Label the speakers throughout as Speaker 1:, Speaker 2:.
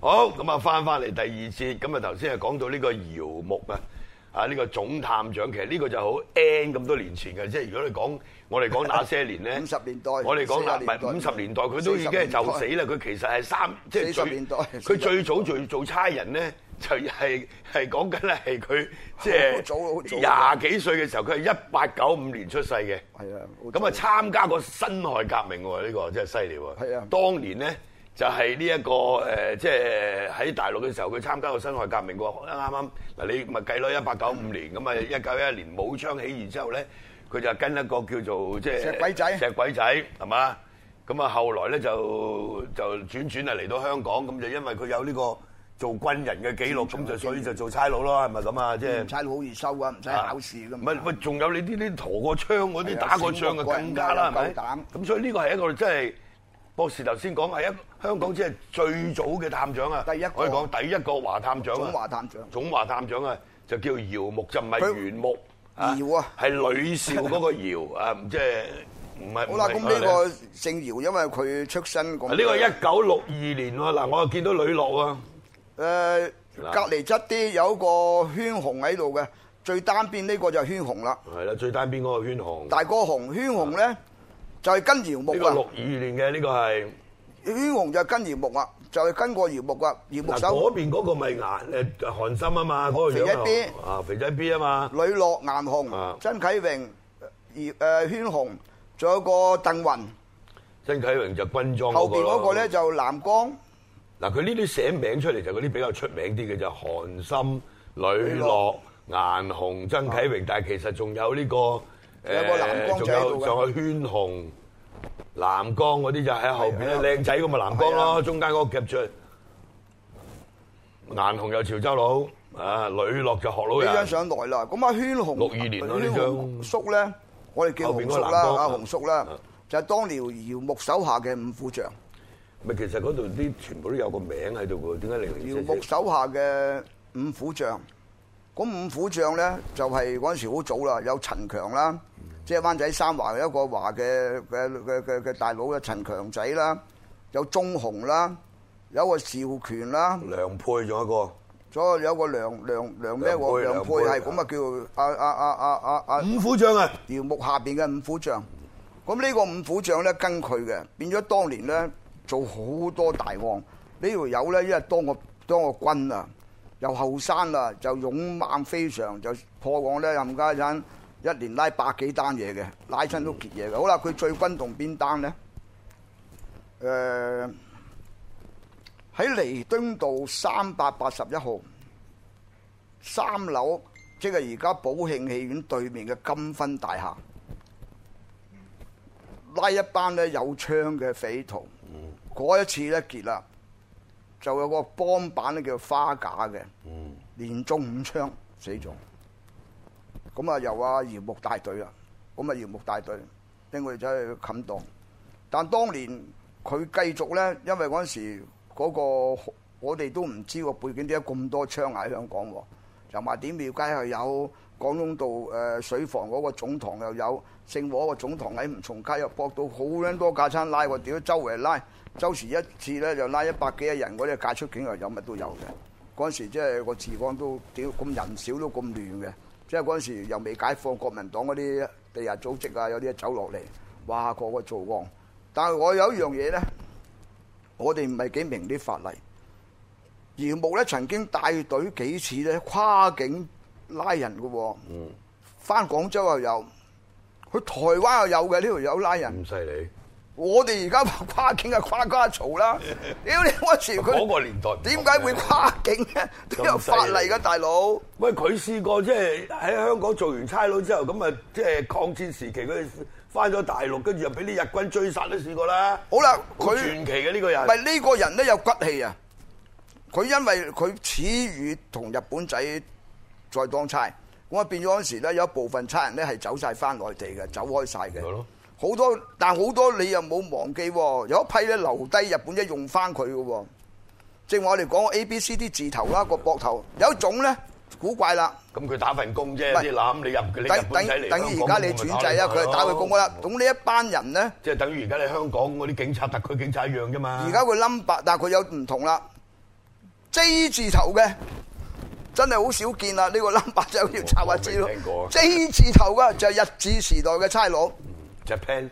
Speaker 1: 好，咁啊，翻翻嚟第二節，咁啊，頭先係講到呢個姚木啊，啊呢個總探長，其實呢個就好 N 咁多年前嘅，即係如果你講我哋講那些年咧，
Speaker 2: 50年代
Speaker 1: 我哋講嗱，
Speaker 2: 40
Speaker 1: 唔
Speaker 2: 年代
Speaker 1: 係五十年代，佢都已經係就死啦。佢其實係三，即係
Speaker 2: 40
Speaker 1: 最
Speaker 2: 年代
Speaker 1: 佢最早做做差人咧，就係係講緊係佢即
Speaker 2: 好早好
Speaker 1: 係
Speaker 2: 早
Speaker 1: 廿幾歲嘅時候，佢係一八九五年出世嘅。
Speaker 2: 係啊好早
Speaker 1: 咁啊參加過辛亥革命喎，呢個真係犀利喎。
Speaker 2: 係啊
Speaker 1: 當年咧就係呢一個誒，即係喺大陸嘅時候，佢參加過辛亥革命喎。啱啱嗱，你咪計咯，一八九五年咁啊，一九一一年武昌起義之後咧，佢就跟一個叫做即係
Speaker 2: 石鬼仔
Speaker 1: 石鬼仔係嘛？咁啊，後來咧就就轉轉啊嚟到香港，咁就因為佢有呢個做軍人嘅記錄，咁就所以就做差佬咯，係咪咁啊？即係
Speaker 2: 唔。使好易收啊，唔使考試
Speaker 1: 唔係
Speaker 2: 咁。
Speaker 1: 喂，仲有你呢啲陀過槍嗰啲
Speaker 2: 係啊
Speaker 1: 打過槍嘅更加啦，係
Speaker 2: 閃過
Speaker 1: 咪
Speaker 2: 棍？
Speaker 1: 咁所以呢個係一個真係博士頭先講係一香港即係最早嘅探長啊，
Speaker 2: 第一個
Speaker 1: 可以講第一個華探長啊，
Speaker 2: 總華探長
Speaker 1: 總華探長啊，就叫姚木，就唔係
Speaker 2: 佢
Speaker 1: 袁木
Speaker 2: 姚啊
Speaker 1: 係女少嗰個姚啊，即係唔係？
Speaker 2: 好啦，咁
Speaker 1: 唔係啊
Speaker 2: 呢個姓姚，因為佢出身咁。
Speaker 1: 呢個一九六二年喎，嗱我又見到女樂啊，
Speaker 2: 誒呃隔離側啲有個圈紅喺度嘅，最單邊呢個就係圈紅啦。
Speaker 1: 係啦，最單邊嗰個圈紅，
Speaker 2: 大哥紅，圈紅咧就係跟姚木
Speaker 1: 啊呢個
Speaker 2: 啊，
Speaker 1: 六二年嘅呢個係。
Speaker 2: 圈紅就係跟姚木啊，就係跟過姚木啊，姚木
Speaker 1: 嗱，
Speaker 2: 手
Speaker 1: 嗰邊嗰個咪顏誒韓心啊嘛，嗰、個
Speaker 2: 肥
Speaker 1: 樣
Speaker 2: 仔
Speaker 1: 啊
Speaker 2: B
Speaker 1: 啊肥仔 B 啊嘛，
Speaker 2: 呂樂、顏
Speaker 1: 啊
Speaker 2: 紅、曾啟榮、呃姚誒圈紅，仲有個鄧雲，
Speaker 1: 曾啟榮就軍裝
Speaker 2: 後
Speaker 1: 嗰個
Speaker 2: 邊
Speaker 1: 咯
Speaker 2: 嗰個咧就藍光。
Speaker 1: 嗱佢呢啲寫名出嚟就嗰啲比較出名啲嘅就韓心、呂
Speaker 2: 呂
Speaker 1: 樂
Speaker 2: 樂、啊
Speaker 1: 顏紅、曾啟榮，但係其實仲有呢、個
Speaker 2: 有個藍光
Speaker 1: 仲
Speaker 2: 仔喺
Speaker 1: 有
Speaker 2: 度嘅
Speaker 1: 仲有圈紅、藍光嗰啲就喺後邊咧，
Speaker 2: 係啊
Speaker 1: 靚仔咁咪藍光
Speaker 2: 係啊
Speaker 1: 咯，中間嗰個夾住顏紅又潮州佬，啊呂樂就學佬
Speaker 2: 呢
Speaker 1: 人
Speaker 2: 張。相來啦，咁啊圈紅
Speaker 1: 62年咯呢張
Speaker 2: 圈紅叔咧，我哋叫
Speaker 1: 後邊
Speaker 2: 紅
Speaker 1: 嗰
Speaker 2: 叔
Speaker 1: 個藍
Speaker 2: 啦，
Speaker 1: 光
Speaker 2: 阿
Speaker 1: 啊
Speaker 2: 紅叔啦
Speaker 1: 啊，
Speaker 2: 就係當年姚木手下嘅五虎將。
Speaker 1: 咪其實嗰度啲全部都有個名喺度喎，點解零零
Speaker 2: 姚
Speaker 1: 舍舍？
Speaker 2: 木手下嘅五虎將，咁五虎將咧就係嗰陣時好早啦，有陳強啦，即係灣仔三華有一個華嘅嘅嘅嘅嘅大佬嘅陳強仔啦，有鍾雄啦，有個邵權啦，
Speaker 1: 梁佩仲有一個，
Speaker 2: 仲有有個梁梁梁咩
Speaker 1: 梁佩
Speaker 2: 喎？梁佩
Speaker 1: 梁
Speaker 2: 係
Speaker 1: 佩
Speaker 2: 咁啊，叫啊啊啊啊啊啊！
Speaker 1: 五虎將啊！
Speaker 2: 姚木下邊嘅五虎將。咁呢個五虎將咧跟佢嘅，變咗當年咧做好多大案。呢條友咧，因為當個當個軍啊，又後生啦，就勇猛非常，就破案咧冚家產一年拉百幾單嘢嘅，拉親都結嘢嘅。好啦，佢最轟動邊單咧？誒、呃喺彌敦道三百八十一號三樓，即係而家寶慶戲院對面嘅金分大廈，拉一班咧有槍嘅匪徒。
Speaker 1: 嗯
Speaker 2: 嗰一次咧結啦，就有個幫板咧叫花架嘅，
Speaker 1: 嗯
Speaker 2: 連中五槍死咗。咁啊，由阿姚木大隊啦，咁啊姚木大隊拎佢走去冚檔。但當年佢繼續咧，因為嗰陣時嗰、個我哋都唔知個背景點解咁多槍喺香港喎，油麻點廟街又有，廣東道誒、呃水房嗰個總堂又有，聖和嗰個總堂喺吳松街又搏到好撚多架撐拉喎，屌周圍拉，周時一次咧就拉一百幾一人嗰啲界出境又有乜都有嘅。嗰陣時即係個治安都屌咁人少都咁亂嘅，即係嗰陣時又未解放國民黨嗰啲地下組織啊，有啲走落嚟，哇個個做案。但係我有一樣嘢咧，我哋唔係幾明啲法例。姚木咧曾經帶隊幾次咧跨境拉人嘅喎，翻廣州又有，去台灣又有嘅呢條友拉人。
Speaker 1: 嗯咁犀利，
Speaker 2: 我哋而家 話跨境啊跨家 嘈啦，屌你嗰時
Speaker 1: 嗰
Speaker 2: 佢
Speaker 1: 個年代唔同
Speaker 2: 點解會？跨境咧？都有法例嘅大佬。
Speaker 1: 喂，佢試過即係喺香港做完差佬之後，咁啊即係抗戰時期，佢翻咗大陸，跟住又俾啲日軍追殺都試過啦。
Speaker 2: 好啦，
Speaker 1: 好
Speaker 2: 佢
Speaker 1: 傳奇嘅呢個人
Speaker 2: 咪呢個人咧有骨氣啊！佢因為佢始於同日本仔在當差，咁啊變咗嗰時咧有一部分差人咧係走晒翻內地嘅，走開晒嘅。
Speaker 1: 係咯
Speaker 2: 好多，但好多你又冇忘記喎，有一批咧留低日本一用翻佢嘅喎。正話我哋講個 A、B、C、D 字頭啦，個膊頭有一種咧古怪啦。
Speaker 1: 咁佢打份工啫，
Speaker 2: 唔
Speaker 1: 啲
Speaker 2: 係
Speaker 1: 諗你入你
Speaker 2: 等
Speaker 1: 日本
Speaker 2: 等
Speaker 1: 仔嚟
Speaker 2: 等於而家你轉制啊，佢係打佢公
Speaker 1: 噶
Speaker 2: 安啦。咁呢一班人咧。
Speaker 1: 即係等於而家你香港嗰啲警察、特區警察一樣啫嘛。
Speaker 2: 而家佢 number，但係佢有唔同啦。 J 字頭嘅真係好少見啊啦，呢、個 number 就要查下資
Speaker 1: 我未聽過啊
Speaker 2: 料。J 字頭嘅就係日治時代嘅差佬，
Speaker 1: Japan，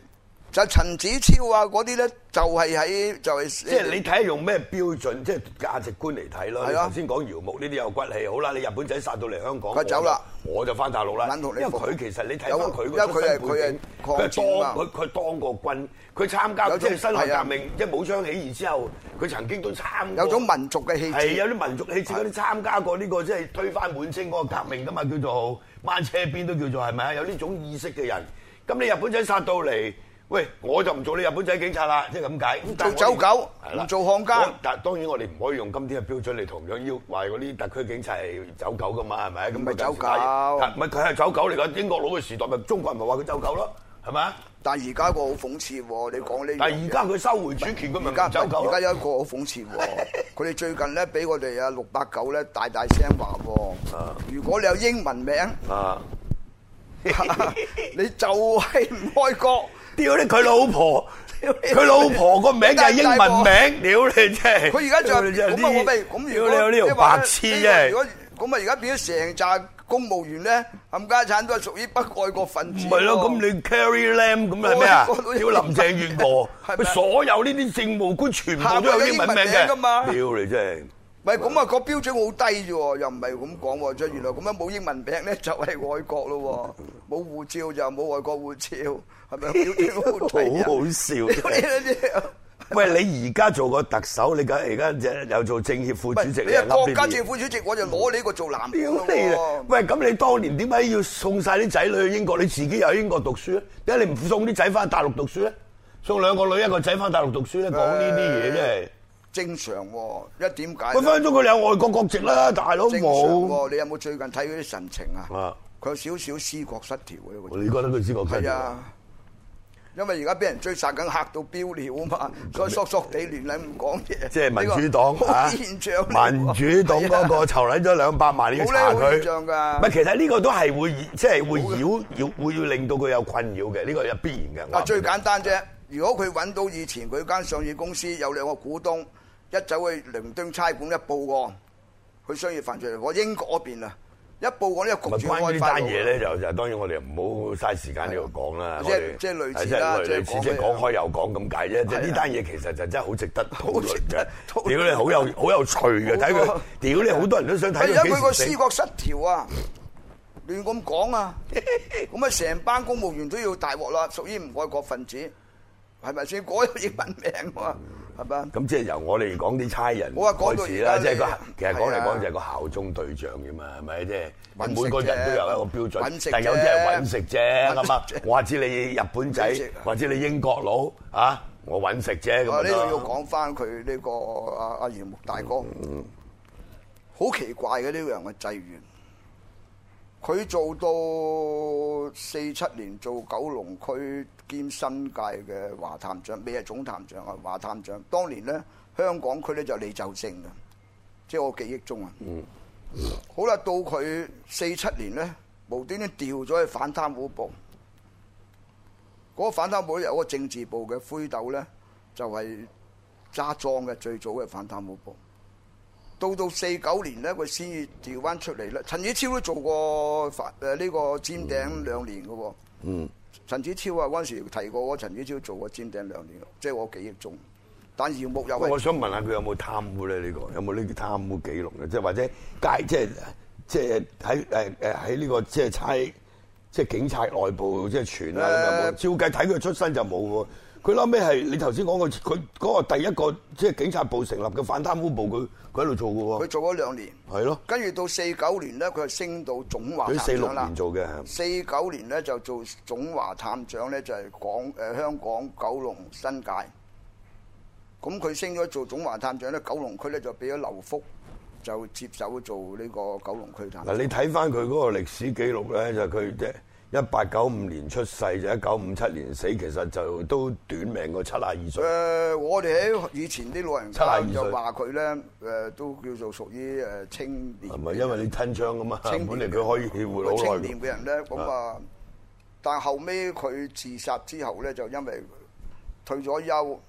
Speaker 2: 就係陳子超啊嗰啲咧，就係喺就係
Speaker 1: 即係你睇下用咩標準，即係價值觀嚟睇咯。
Speaker 2: 係
Speaker 1: 你
Speaker 2: 啊
Speaker 1: 頭先講姚木呢啲有骨氣，好啦，你日本仔殺到嚟香港，
Speaker 2: 佢走啦
Speaker 1: 我就，我就翻大陸啦。
Speaker 2: 撚
Speaker 1: 因
Speaker 2: 同你
Speaker 1: 為
Speaker 2: 服
Speaker 1: 佢其實你睇翻
Speaker 2: 有
Speaker 1: 佢
Speaker 2: 因
Speaker 1: 個
Speaker 2: 為
Speaker 1: 出
Speaker 2: 佢
Speaker 1: 身
Speaker 2: 係
Speaker 1: 背景，
Speaker 2: 佢
Speaker 1: 佢
Speaker 2: 係
Speaker 1: 當
Speaker 2: 抗戰啊
Speaker 1: 佢佢當過軍，佢參加
Speaker 2: 有
Speaker 1: 即
Speaker 2: 種
Speaker 1: 係辛亥
Speaker 2: 係啊
Speaker 1: 革命，即係武昌起義之後，佢曾經都參過
Speaker 2: 有種民族嘅氣
Speaker 1: 係
Speaker 2: 節。
Speaker 1: 有啲民族氣節嗰啲參加過呢個即係推翻滿清嗰個革命噶嘛，叫做掹車邊都叫做係咪啊？有呢種意識嘅人，咁你日本仔殺到嚟，喂，我就唔做你日本仔警察啦，即係咁解。咁但係
Speaker 2: 做走狗
Speaker 1: 我哋係啦
Speaker 2: 唔做漢奸
Speaker 1: 我但係當然我哋唔可以用今天嘅標準嚟同樣要話嗰啲特區警察係走狗噶嘛，係咪？咁
Speaker 2: 唔係
Speaker 1: 佢近時
Speaker 2: 走狗
Speaker 1: 打唔係佢係走狗嚟㗎。英國佬嘅時代咪中國人咪話佢走狗咯，係咪啊？
Speaker 2: 但係而家個好諷刺喎，你講呢樣嘢？
Speaker 1: 但係而家佢收回主權，佢咪
Speaker 2: 而
Speaker 1: 唔
Speaker 2: 家
Speaker 1: 走狗
Speaker 2: 而
Speaker 1: 咯
Speaker 2: 家有一個好諷刺 喎，佢哋最近咧俾我哋啊六八九咧大大聲話
Speaker 1: 啊
Speaker 2: 喎，如果你有英文名，
Speaker 1: 啊！
Speaker 2: 你就係唔開國。
Speaker 1: 屌你佢老 婆，佢老婆個名就係英文名，屌你真係！
Speaker 2: 佢而家就
Speaker 1: 屌你真係
Speaker 2: 咁啊！我咪
Speaker 1: 呢
Speaker 2: 咁如果
Speaker 1: 屌你有呢條白痴真
Speaker 2: 如
Speaker 1: 係！
Speaker 2: 果咁啊，而家變咗成扎公務員咧，冚家產都係屬於北愛國分子
Speaker 1: 唔
Speaker 2: 喎。
Speaker 1: 係咯，咁你 Carrie Lam 咁係咩啊
Speaker 2: 我我？
Speaker 1: 屌林鄭月娥，
Speaker 2: 係
Speaker 1: 佢
Speaker 2: 咪
Speaker 1: 所有呢啲政務官全部都有英文名
Speaker 2: 下邊有英文
Speaker 1: 嘅
Speaker 2: 名㗎，嘛
Speaker 1: 屌你真
Speaker 2: 唔係咁啊？個標準好低啫喎，又唔係咁講喎。即係原來咁樣冇英文名咧，就係愛 國咯喎。冇護照就冇外國護照，係咪標準好低
Speaker 1: 係，
Speaker 2: 啊
Speaker 1: 好？好笑真 係。
Speaker 2: 屌你
Speaker 1: 喂，你而家做個特首，你梗而家又做政協副主席，
Speaker 2: 你係
Speaker 1: 又
Speaker 2: 國
Speaker 1: 笠呢
Speaker 2: 家
Speaker 1: 啲
Speaker 2: 政府主席，我就攞你呢個做藍本
Speaker 1: 屌
Speaker 2: 咯
Speaker 1: 你啦
Speaker 2: 喎！
Speaker 1: 喂，咁你當年點解要送晒啲仔女去英國？你自己又去英國讀書咧？點解你唔送啲仔翻大陸讀書咧？送兩個女一個仔翻大陸讀書咧？講呢啲嘢真係，
Speaker 2: 正常喎，因為點解
Speaker 1: 喂，分
Speaker 2: 咧？
Speaker 1: 分鐘佢哋有外國國籍啦，大佬
Speaker 2: 正常
Speaker 1: 冇。
Speaker 2: 喎，你有冇最近睇嗰啲神情啊
Speaker 1: 啊？
Speaker 2: 佢有少少思覺失調啊嘅呢
Speaker 1: 你覺得佢知國
Speaker 2: 個，
Speaker 1: 籍？
Speaker 2: 係啊，因為而家俾人追殺緊，嚇到飆尿 啊嘛，所以索索地亂嚟唔講嘢。
Speaker 1: 即係民主黨
Speaker 2: 呢個
Speaker 1: 啊
Speaker 2: 好現象嚟喎，啊
Speaker 1: 民主黨嗰個籌攬咗兩百萬，你要查
Speaker 2: 好叻好
Speaker 1: 佢
Speaker 2: 現。象㗎
Speaker 1: 唔係，其實呢個都係會即係會擾擾會令到佢有困擾嘅，呢個係必然嘅。我
Speaker 2: 嗱，啊最簡單啫。如果佢揾到以前佢間上市公司有兩個股東，一走去倫敦差館一報案，佢商業犯罪嚟，我英國嗰邊啊，一報案咧
Speaker 1: 咪
Speaker 2: 焗住
Speaker 1: 關於
Speaker 2: 開
Speaker 1: 呢
Speaker 2: 翻
Speaker 1: 單嘢咧，就就當然我哋唔好嘥時間呢度講啦。
Speaker 2: 嗯即
Speaker 1: 我
Speaker 2: 係
Speaker 1: 哋啊
Speaker 2: 即係類似
Speaker 1: 係即係
Speaker 2: 啦
Speaker 1: 類
Speaker 2: 即係
Speaker 1: 類似
Speaker 2: 講
Speaker 1: 即係
Speaker 2: 咩
Speaker 1: 講開又講咁解啫。即係呢
Speaker 2: 係啊
Speaker 1: 單嘢其實就真係好值得討論
Speaker 2: 好值
Speaker 1: 嘅
Speaker 2: 得。討論
Speaker 1: 屌你好有好有趣嘅，睇佢
Speaker 2: 好啊
Speaker 1: 屌你好多人都想睇
Speaker 2: 佢而家啊佢
Speaker 1: 佢
Speaker 2: 個
Speaker 1: 幾
Speaker 2: 思
Speaker 1: 時死。
Speaker 2: 覺失調啊，亂咁講啊， 咁啊成班公務員都要大鑊啦，屬於唔愛國分子，係咪先？嗰有英文名喎，係咪？
Speaker 1: 咁即係由我哋講啲差人
Speaker 2: 我話講到
Speaker 1: 開始啦，
Speaker 2: 而
Speaker 1: 即
Speaker 2: 家
Speaker 1: 係個
Speaker 2: 你
Speaker 1: 其實講嚟
Speaker 2: 係啊
Speaker 1: 講就係個效忠對象嘅嘛，係咪即係
Speaker 2: 揾食
Speaker 1: 每個人都有一個標
Speaker 2: 啫揾
Speaker 1: 準
Speaker 2: 食，
Speaker 1: 但係有啲係揾
Speaker 2: 啫
Speaker 1: 食啫，啱嘛
Speaker 2: 揾食啫？
Speaker 1: 我話知你日本仔
Speaker 2: 揾食啊，
Speaker 1: 或者你英國佬啊，我揾食啫咁
Speaker 2: 啊！
Speaker 1: 樣
Speaker 2: 呢度要
Speaker 1: 咯
Speaker 2: 講翻佢呢個啊阿阿袁木大哥，
Speaker 1: 嗯
Speaker 2: 好奇怪嘅呢個人嘅際遇。佢做到四七年做九龍區兼新界嘅華探長，未係總探長啊，華探長。當年呢，香港區呢就李就正嘅，即係我記憶中啊。
Speaker 1: 嗯
Speaker 2: 好啦，到佢四七年呢，無端端調咗去反貪污部。嗰、個反貪部有個政治部嘅灰豆呢，就係、揸莊嘅最早嘅反貪污部。到到四九年咧，佢先至調翻出嚟啦。陳子超都做過反誒呢個尖頂兩年嘅喎。嗯。陳子超啊，嗰陣時提過，我陳子超做過尖頂兩年，即係我記憶中。但姚木又
Speaker 1: 喂我
Speaker 2: 係
Speaker 1: 想問下佢有冇貪污咧？呢、個有冇呢啲貪污記錄咧？即係或者戒即係即係喺誒誒喺呢個即係差即係警察內部即係傳啦咁有冇？
Speaker 2: 誒
Speaker 1: 照計睇佢出身就冇喎。佢後尾係你頭先講過，佢嗰個第一個即係警察部成立嘅反貪污部，佢佢喺度做
Speaker 2: 佢
Speaker 1: 嘅喎。
Speaker 2: 做咗兩年，
Speaker 1: 係咯，
Speaker 2: 跟住到四九年咧，佢就升到總華
Speaker 1: 佢四
Speaker 2: 探
Speaker 1: 六
Speaker 2: 長啦
Speaker 1: 年。做嘅，係
Speaker 2: 四九年咧就做總華探長咧，就係港誒香港九龍新界。咁佢升咗做總華探長咧，九龍區咧就俾咗劉福就接手做呢個九龍區探長。
Speaker 1: 嗱，你睇翻佢嗰個歷史記錄咧，就佢即一八九五年出世，就一九五七年死，其實就都短命過七廿二
Speaker 2: 誒、
Speaker 1: 歲。
Speaker 2: 我哋喺以前啲老
Speaker 1: 72
Speaker 2: 人家
Speaker 1: 歲
Speaker 2: 就話佢咧誒都叫做屬於誒青年
Speaker 1: 係。咪因為你吞槍噶嘛？
Speaker 2: 青年
Speaker 1: 本嚟佢可以活好
Speaker 2: 青
Speaker 1: 耐
Speaker 2: 年
Speaker 1: 㗎。
Speaker 2: 嘅人咧，咁啊，但後尾佢自殺之後咧，就因為退咗休，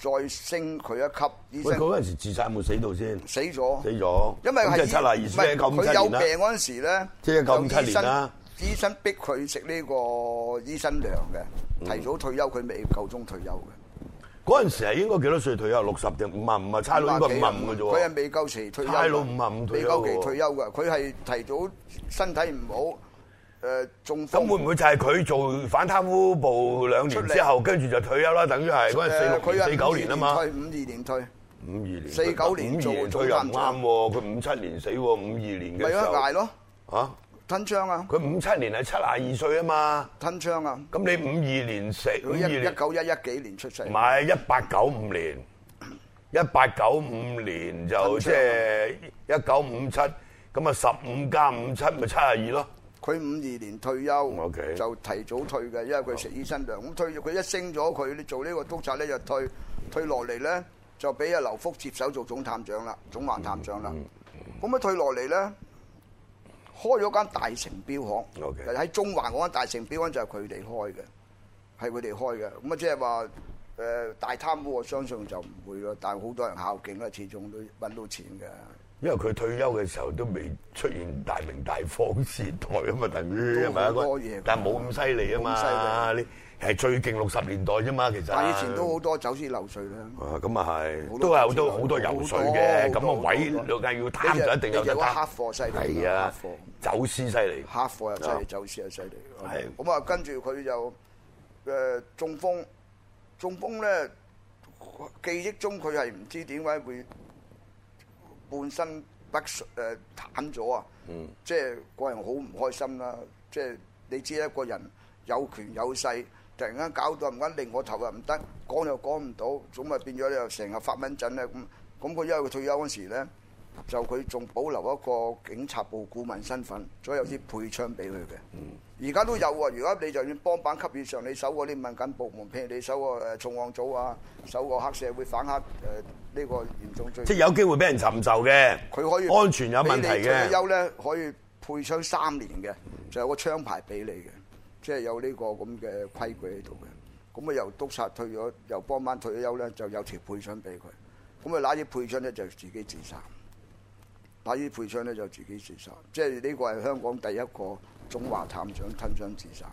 Speaker 2: 再升佢一級，醫
Speaker 1: 喂，佢
Speaker 2: 生
Speaker 1: 嗰陣時自殺有冇死到先？
Speaker 2: 死咗
Speaker 1: 死。咗，
Speaker 2: 因為
Speaker 1: 咁即係
Speaker 2: 係
Speaker 1: 七廿二歲，
Speaker 2: 唔係
Speaker 1: 九五七
Speaker 2: 佢有
Speaker 1: 年
Speaker 2: 病
Speaker 1: 啦。
Speaker 2: 嗰陣時咧，
Speaker 1: 即係1957年啦
Speaker 2: 就醫生。醫生逼佢食呢個醫生糧嘅，提早退休佢未夠鐘退休嘅，
Speaker 1: 嗰陣時係應該幾多歲退休？六十定五萬五啊？差佬應該五萬五嘅啫
Speaker 2: 佢係
Speaker 1: 喎。
Speaker 2: 未夠時退休㗎，
Speaker 1: 差佬55退
Speaker 2: 未
Speaker 1: 休㗎喎
Speaker 2: 夠期退休嘅，佢係提早身體唔好，誒中風。
Speaker 1: 咁會唔會就係佢做反貪污部兩年之後，跟住就退休啦？等於係嗰陣四
Speaker 2: 誒
Speaker 1: 六
Speaker 2: 佢係
Speaker 1: 年、四九年啊嘛
Speaker 2: 五二。退五二年退，咪
Speaker 1: 五二年
Speaker 2: 四九年做
Speaker 1: 五二年退又唔啱喎，佢五七年死喎，五二年嘅時
Speaker 2: 咯捱
Speaker 1: 候
Speaker 2: 咯，
Speaker 1: 啊，
Speaker 2: 吞槍啊，
Speaker 1: 佢五七年係七廿二歲啊嘛，
Speaker 2: 吞槍啊！
Speaker 1: 咁你五二年死，五
Speaker 2: 佢
Speaker 1: 二
Speaker 2: 一
Speaker 1: 年
Speaker 2: 一九一一幾年出世
Speaker 1: 唔，係一八九五年，一八九五年就即係一九五七，咁啊十五加五七咪七廿二咯。
Speaker 2: 佢五二年退休
Speaker 1: 嗯 OK
Speaker 2: 就提早退嘅，因為佢食醫生糧。咁退咗，佢一升咗佢做呢個督察咧就退，退落嚟咧就俾阿劉福接手做總探長啦，總環探長
Speaker 1: 嗯
Speaker 2: 啦。咁啊退落嚟咧，開咗間大成錶行
Speaker 1: OK
Speaker 2: 就喺中環嗰間大成錶行就係佢哋開嘅，係佢哋開嘅。咁啊即係話誒大貪污，我相信就唔會咯，但係好多人孝敬啦，始終都揾到錢嘅。
Speaker 1: 因為佢退休嘅時候都未出現大鳴大 放時代啊嘛，等於係
Speaker 2: 都
Speaker 1: 咪啊
Speaker 2: 好多嘢
Speaker 1: 但係冇咁犀利啊嘛，
Speaker 2: 冇
Speaker 1: 你係最勁六十年代啫嘛，其實。
Speaker 2: 但係以前都好多走私漏税啦。
Speaker 1: 啊，咁啊係，
Speaker 2: 好多
Speaker 1: 都有
Speaker 2: 投資
Speaker 1: 都
Speaker 2: 落
Speaker 1: 好多游水嘅，
Speaker 2: 去
Speaker 1: 咁
Speaker 2: 好多
Speaker 1: 啊位
Speaker 2: 好多
Speaker 1: 梗係要貪就一定有得
Speaker 2: 你就
Speaker 1: 貪。
Speaker 2: 話黑貨犀利
Speaker 1: 係啊
Speaker 2: 黑貨，
Speaker 1: 走私犀利。
Speaker 2: 黑貨又犀
Speaker 1: 啊
Speaker 2: 利，走私又犀利。
Speaker 1: 係
Speaker 2: 咁啊，跟住佢就誒中風，中風咧記憶中佢係唔知點解會半身不誒癱咗啊！
Speaker 1: 嗯
Speaker 2: 即係個人好唔開心啦。即係你知一個人有權有勢，突然間搞到唔間令我頭又唔得，講又講唔到，咁啊變咗又成日發蚊疹咧咁。咁佢因為佢退休嗰時咧，就佢仲保留一個警察部顧問身份，所以有啲配槍俾佢嘅。而家都有喎，而家你就算幫板級以上，你搜嗰啲敏感部門，譬如你搜個誒重案組啊，搜個黑社會反黑誒呢、個嚴重罪
Speaker 1: 即係。有機會俾人尋仇嘅，
Speaker 2: 佢可以
Speaker 1: 安全有問題
Speaker 2: 俾你退
Speaker 1: 嘅。
Speaker 2: 休咧可以配槍三年嘅，就有個槍牌俾你嘅，即係有呢個咁嘅規矩喺度嘅。咁啊，由督察退咗，由幫班退咗休咧，就有條配槍俾佢。咁啊，拿住配槍咧就自己自殺，拿住配槍咧就自己自殺。即係呢個係香港第一個總華探長吞槍自殺。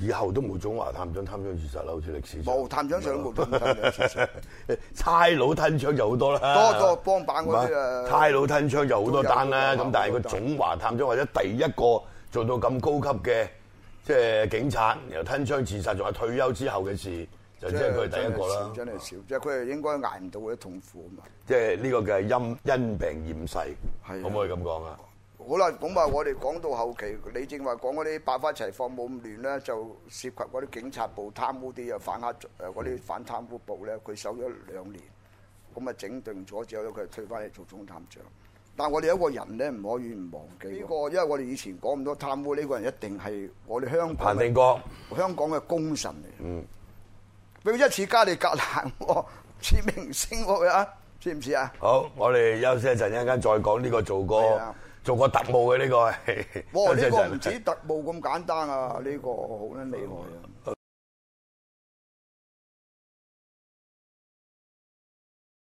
Speaker 1: 以後都冇總華探長貪槍自殺啦，好似歷史上。
Speaker 2: 冇探長上冇吞槍自殺，
Speaker 1: 差佬吞槍就好多啦，
Speaker 2: 多多幫板嗰啲呃
Speaker 1: 係嘛
Speaker 2: 誒
Speaker 1: 差佬吞槍就好多單啦。
Speaker 2: 都有
Speaker 1: 咁但係個總華探長或者第一個做到咁高級嘅即係警察，由吞槍自殺，仲係退休之後嘅事，就即係佢係第一個啦。
Speaker 2: 真係少，即係佢係應該捱唔到嗰啲痛苦啊嘛。
Speaker 1: 即係呢個嘅因因病厭世，
Speaker 2: 係啊
Speaker 1: 可唔可以咁講啊？
Speaker 2: 好啦，咁啊，我哋講到後期，你正話講嗰啲百花齊放冇咁亂咧，就涉及嗰啲警察部貪污啲啊，反黑誒嗰啲反貪污部咧，佢守咗兩年，咁啊整頓咗之後咧，佢就退翻嚟做總探長。但我哋有一個人咧，唔可以唔忘記呢、個，因為我哋以前講咁多貪污，呢、個人一定係我哋香港
Speaker 1: 彭
Speaker 2: 嘅
Speaker 1: 定國
Speaker 2: 香港嘅功臣嚟。嗯，俾佢一次加你隔難喎， 似明星喎佢啊，知唔知啊？
Speaker 1: 好，我哋休息一陣，一陣間再講呢個做
Speaker 2: 係
Speaker 1: 過
Speaker 2: 啊
Speaker 1: 做過特務嘅呢個。
Speaker 2: 哇！呢、
Speaker 1: 休息一
Speaker 2: 個
Speaker 1: 陣
Speaker 2: 唔止特務咁簡單啊，呢、個好撚厲害啊！